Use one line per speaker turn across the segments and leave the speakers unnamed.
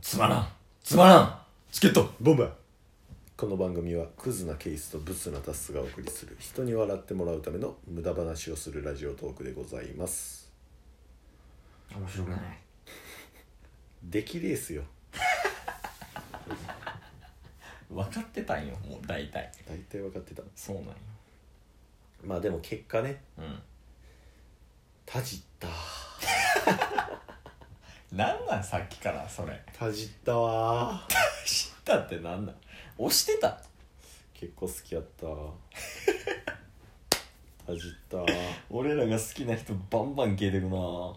つまらんつまらんチケット
ボンバーこの番組はクズなケースとブスなタスがお送りする人に笑ってもらうための無駄話をするラジオトークでございます
面白くない
出来レースよ
分かってたんよもう大体
大体分かってた
そうなんよ
まあでも結果ね
う
たじった
んなんなんさっきからそれ
たじったわー
知ったってなんなん押してた
結構好きやった わたじったわ
俺らが好きな人バンバン消えてくな
な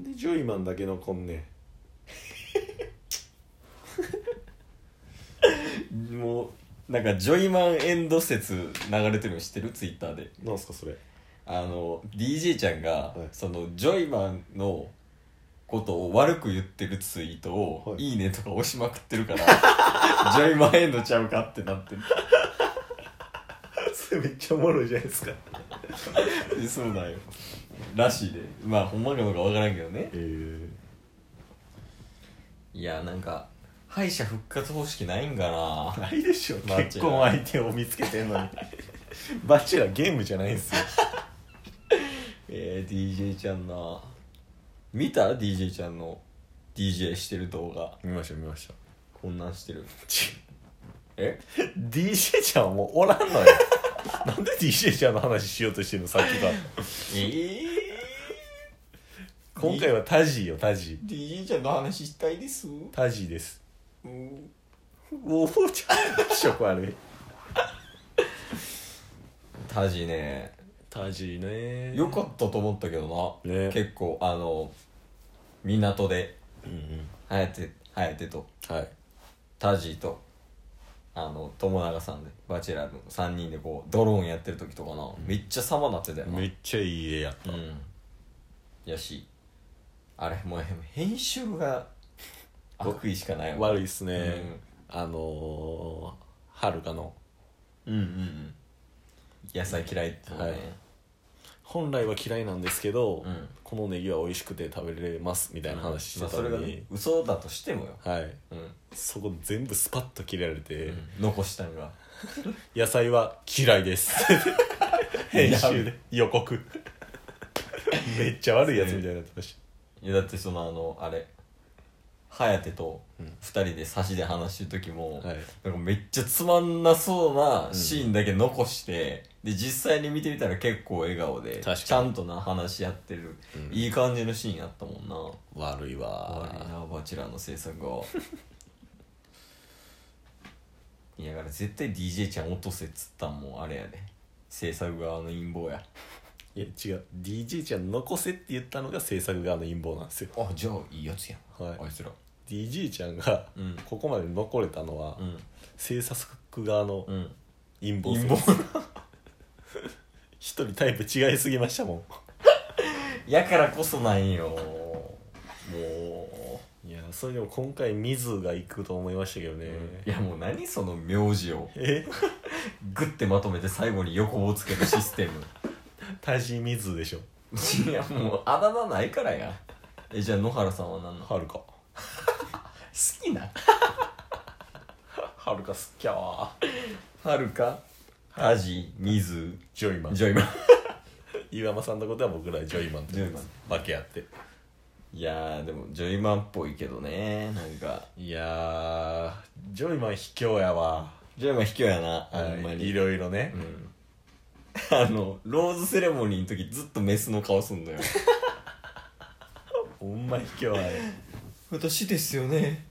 んでジョイマンだけ残んねん
もうなんかジョイマンエンド説流れてるの知ってるツイッターで
なんすかそれ
あの DJ ちゃんが、
はい
そのジョイマンのことを悪く言ってるツイートを「
はい
い、いね」とか押しまくってるから ジョイマンエンドちゃうかってなってる
それめっちゃおもろいじゃないですか
でそうなんよらしいでまあほんまかどうか分からんけどね
えー、
いやなんか敗者復活方式ないんかな
ないでしょ
バチェラー
結婚相手を見つけてんのにバチェラーゲームじゃないんすよ
えー、DJ ちゃんな見た DJ ちゃんの DJ してる動画
見ました見ました
こんなんしてる
ち
え
DJ ちゃんはもうおらんの よなんで DJ ちゃんの話しようとしてんのさっきから
え
今回はタジーよタジー
DJ ちゃんの話したいです
タジーです
うん
おおちゃんでしょこれ
タジね
タジーね
よかったと思ったけどな、
ね
結構あの港で
うんうん
颯颯と
はい
タジとあの友永さんでバチェラーの3人でこうドローンやってる時とかな、めっちゃ様なってたよな
めっちゃいい絵や
うんやしあれもう編集 が悪意しかないわ
悪いっすね、あのー、はるかの
うんうんうん野菜嫌いってね、
はい本来は嫌いなんですけど、
うん
このネギは美味しくて食べれますみたいな話して
まあ
た
それ
の
が、
に
ね、、嘘だとしてもよ、
はい
うん
そこ全部スパッと切れられて、
残したんが
野菜は嫌いです 編集で予告めっちゃ悪いやつみたいになってまし
いやだってそのあのあれ颯と2人で差しで話してる時も、
はい
なんかめっちゃつまんなそうなシーンだけ残して、で実際に見てみたら結構笑顔で
確かに
ちゃんとな話やってる、
うん
いい感じのシーンやったもんな
た悪いわ
悪いなバチェラーの制作が いやだから絶対 DJ ちゃん落とせっつったんもんあれやで制作側の陰謀や
いや違う DJ ちゃん残せって言ったのが制作側の陰謀なんですよ
あじゃあいいやつやん、
はい
あいつら
DJ ちゃんが
うん
ここまで残れたのは、
うん
制作側の
うん
陰謀
陰
説
謀
一人タイプ違いすぎましたも
やからこそなんよもうん
いやそれでも今回水が行くと思いましたけどね、
いやもう何その名字を
え
グッてまとめて最後に横棒つけるシステム
タジミズでしょ
いやもうあだ名ないからやえじゃあ野原さんは何なの好
はるか
きな
はるか好きやわ
はるかタジ水
ジョイマン
ジョイマン
岩間さんのことは僕らジョイマンって
ジョイマン
化け合って
いやーでもジョイマンっぽいけどねなんか
いやージョイマン卑怯やわ
ジョイマン卑怯やなあんま
はい
り、
いろいろね、
うんあのローズセレモニーの時ずっとメスの顔すんのよ
ほんま卑怯やね
私ですよね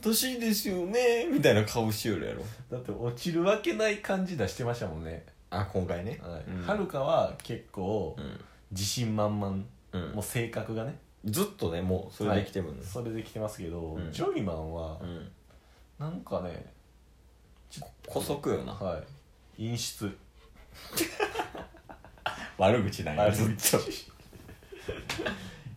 私ですよねみたいな顔しよるやろ
だって落ちるわけない感じ出してましたもんね
あ今回ね
は
うん
るかは結構自信満々、
うん
もう性格がね
ずっとねもうそれできてるん
は
で
い
す、
それできてますけど、
うん
ジョイマンは
うん
なんかね、
古速よな、
はい陰湿
悪口なんやずっと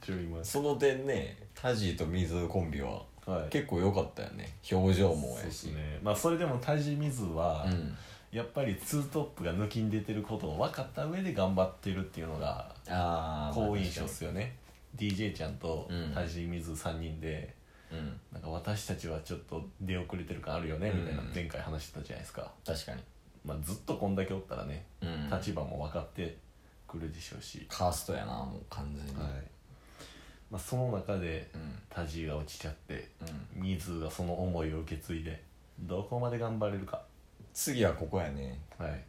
ジョイマ
その点ねタジーと水コンビは
ンはい
結構良かったよね表情も
そう
や
で
し
すねまあそれでもタジミズは、
うん
やっぱりツートップが抜きに出てることを分かった上で頑張ってるっていうのが
ああ
好印象っすよね DJ ちゃんと
うん
タジミズ3人で、
ううん
なんか私たちはちょっと出遅れてる感あるよねみたいな
うん
前回話してたじゃないですか、
確かに、
まあ、ずっとこんだけおったらね
うん、
立場も分かってくるでしょうし、
カーストやなもう完全に、
はい
まあ、その中で
うん
タジーが落ちちゃって
うん、
ミーズがその思いを受け継いでどこまで頑張れるか
次はここやね
はい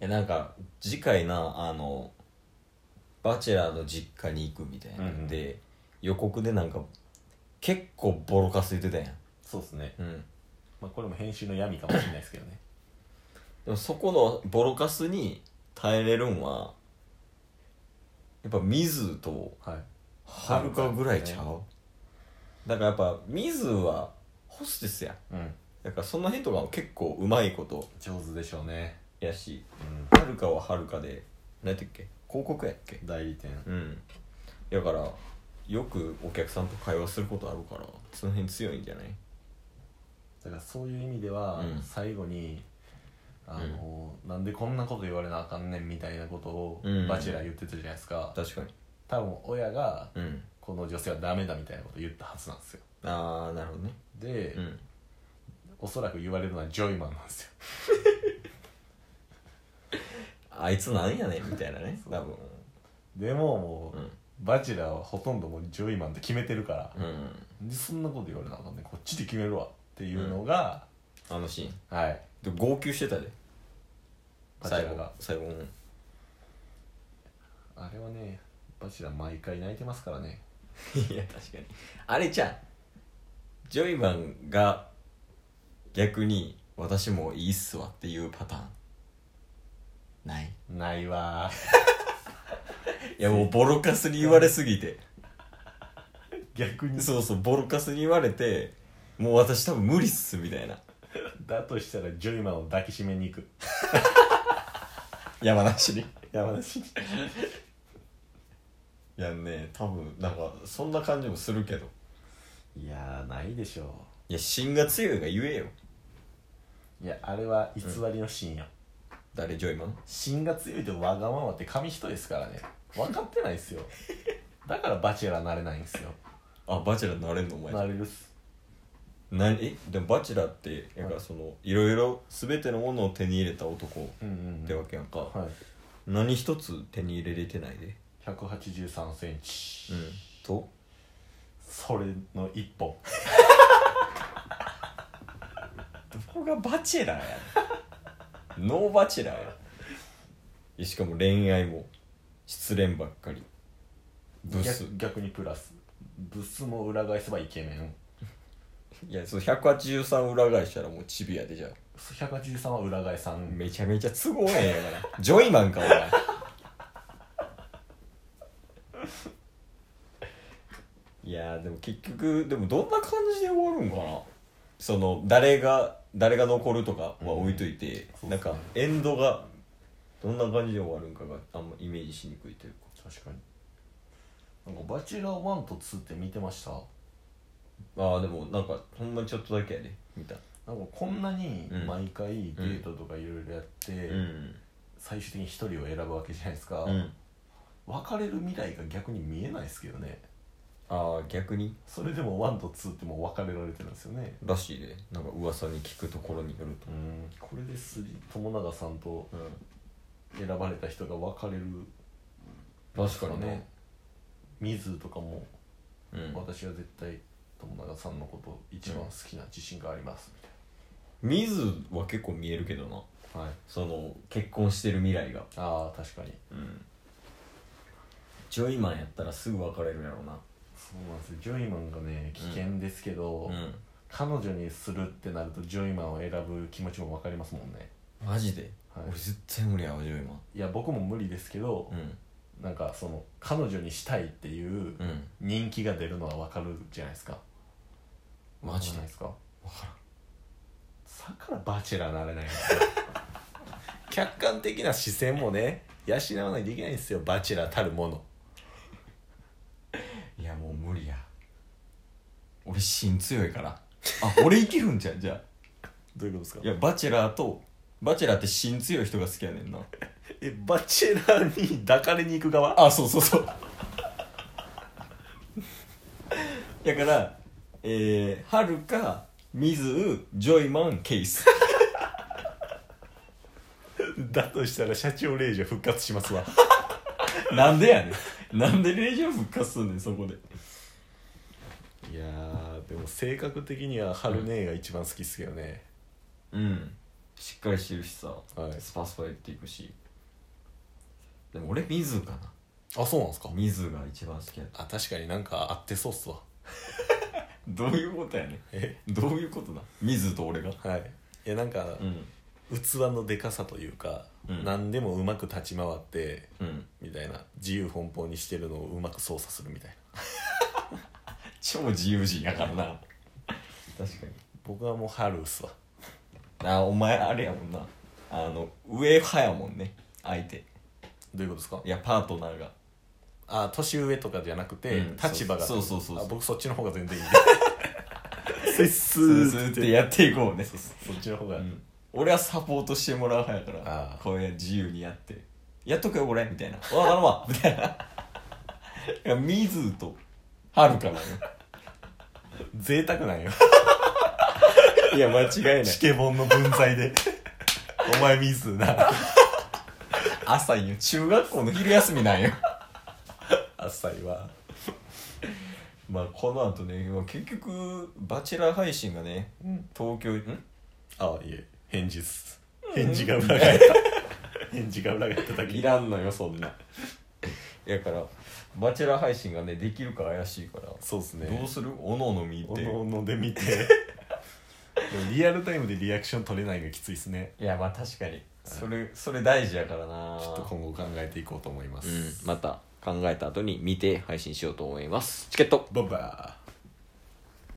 えなんか次回なあのバチェラーの実家に行くみたいな
うんうん
んで、予告でなんか結構ボロカス言ってたやん
そうですね、
うん
まあ、これも編集の闇かもしれないですけどね
でもそこのボロカスに耐えれるんはやっぱ水と
はい
はるかぐらいちゃう、だからやっぱ水はホステスや
うん
だからその辺とかも結構うまいこと
上手でしょうね、
やし
うん、
はるかははるかで何やったっけ広告やっけ
代理店
うんだからよくお客さんと会話することあるからその辺強いんじゃない
だからそういう意味では、
うん
最後にあの、なんでこんなこと言われなあかんねんみたいなことを
うん
バチェラー言ってたじゃないですか、
確かに
多分親が
うん
この女性はダメだみたいなこと言ったはずなんですよ
ああなるほどね
で、
うん
おそらく言われるのはジョイマンなんですよ
あいつなんやねんみたいな ね
そう
多分
でももう、
うん
バチェラーはほとんどもうジョイマンって決めてるから、
うん
でそんなこと言われなあかんねんこっちで決めるわっていうのが、
あのシーン
はい
で号泣してたで
バチ
最
ェラー
後
が
最後うん
あれはねバチェラー毎回泣いてますからね
いや確かにあれじゃんジョイマンが逆に私もういいっすわっていうパターンない
ないわ
いやもうボロカスに言われすぎて
ー逆に
そうそうボロカスに言われてもう私多分無理っすみたいな
だとしたらジョイマンを抱きしめに行く
山梨に
山梨に
いやね多分なんかそんな感じもするけど
いやーないでしょ
いや芯が強いが言えよ
ういやあれは偽りの芯よ、
誰ジョイマン
芯が強いとわがままって紙一重ですからね分かってないですよだからバチェラーなれないんですよ
あバチェラーなれんのお前
なれるっす
なえでもバチェラーってなんかそのいろいろ全てのものを手に入れた男
うんうんうん、
ってわけやんか、
はい
何一つ手に入れれてないで
1 8 3センチ、
うんと
それの一本
どこがバチェラーやねん ノーバチェラーやいやしかも恋愛も失恋ばっかりブス
逆逆にプラスブスも裏返せばイケメン
いやそう183裏返したらもうチビやでじゃあ
183は裏返さん
めちゃめちゃ都合ええんやからジョイマンかお前いやーでも結局でもどんな感じで終わるんかなその誰が誰が残るとかは置いといて、
うん
なんか
そうっ
エンドがどんな感じで終わるんかがあんまイメージしにくいというか
確かになんかバチェラー1と2って見てました
ああでもなんかほんまにちょっとだけやで見た
なんかこんなに
うん
毎回デートとかいろいろやって、
うん
最終的に一人を選ぶわけじゃないですか、
うん
別れる未来が逆に見えないですけどね
ああ逆に
それでも1と2ってもう別れられてるんですよね
らしいでなんか噂に聞くところによると
うんこれですり友永さんと
うん
選ばれた人が別れる
確かにね
水とかも
うん
私は絶対友永さんのこと一番好きな自信がありますみたい
水は結構見えるけどな
な、はい
その結婚してる未来が
ああ確かに
うんジョイマンやったらすぐ別れるやろうな
そうなんですよジョイマンがね危険ですけど、
うん
彼女にするってなるとジョイマンを選ぶ気持ちも分かりますもんね
マジで、
はい
俺絶対無理やわジョイマン
いや僕も無理ですけど、
うん
なんかその彼女にしたいっていう
うん
人気が出るのは分かるじゃないですか
マジで
わかんないですか
分からん
だからバチェラーなれないん ですよ客観的な視線もね養わないといけないんですよバチェラーたるもの
いやもう無理や俺芯強いからあ俺いけるんじゃんじゃあ
どういうことですか
いやバチェラーとバチェラーって芯強い人が好きやねんな
えバチェラーに抱かれに行く側
あそうそうそうだからえー、はるか水うジョイマンケース
だとしたら社長令嬢復活しますわ
なんでやねんなんでレジオ復活すんねんそこで
いやーでも性格的には春姉が一番好きっすけどね
うんしっかりしてるしさ、
はい
スパスパ言っていくしでも俺水かな
あそうなんですか
水が一番好きやった
あ確かになんか合ってそうっすわ
どういうことやね
え
んどういうことだ水と俺が
はいいやなんか、
うん
器のでかさというか、
うん
何でもうまく立ち回って
うん
みたいな自由奔放にしてるのをうまく操作するみたいな
超自由人やからな確かに
僕はもう春っすわ
あお前あれやもんなあの上派やもんね相手
どういうことですか
いやパートナーが
あ年上とかじゃなくて、
うん
立場が
そうそうそうそう
あ僕そっちの方が全然いいんで
スースーってやっていこうね
そっちの方が、
うん俺はサポートしてもらう派やから
ああ
こういう自由にやってやっとくよこれみたいな「わ頼むわ」みたいないや水とはるかなの
贅沢なんよ
いや間違い
チケボンの分際 でお前ミスな
朝いよ中学校の昼休みなんよ
あっさりは
まあこの後ねまあ結局バチェラー配信がね
うん
東京ん
あいえ返事っす返事が裏返った 返事が裏返っただけ
いらんのよそんなやからバチェラー配信がねできるか怪しいから
そうっすね
どうするおのおの見
お
て
のおので 見てでもリアルタイムでリアクション取れないがきついですね
いやまあ確かにそれそれ大事やからな
ちょっと今後考えていこうと思いま
うん
す、
また考えた後に見て配信しようと思いますチケット
バンバー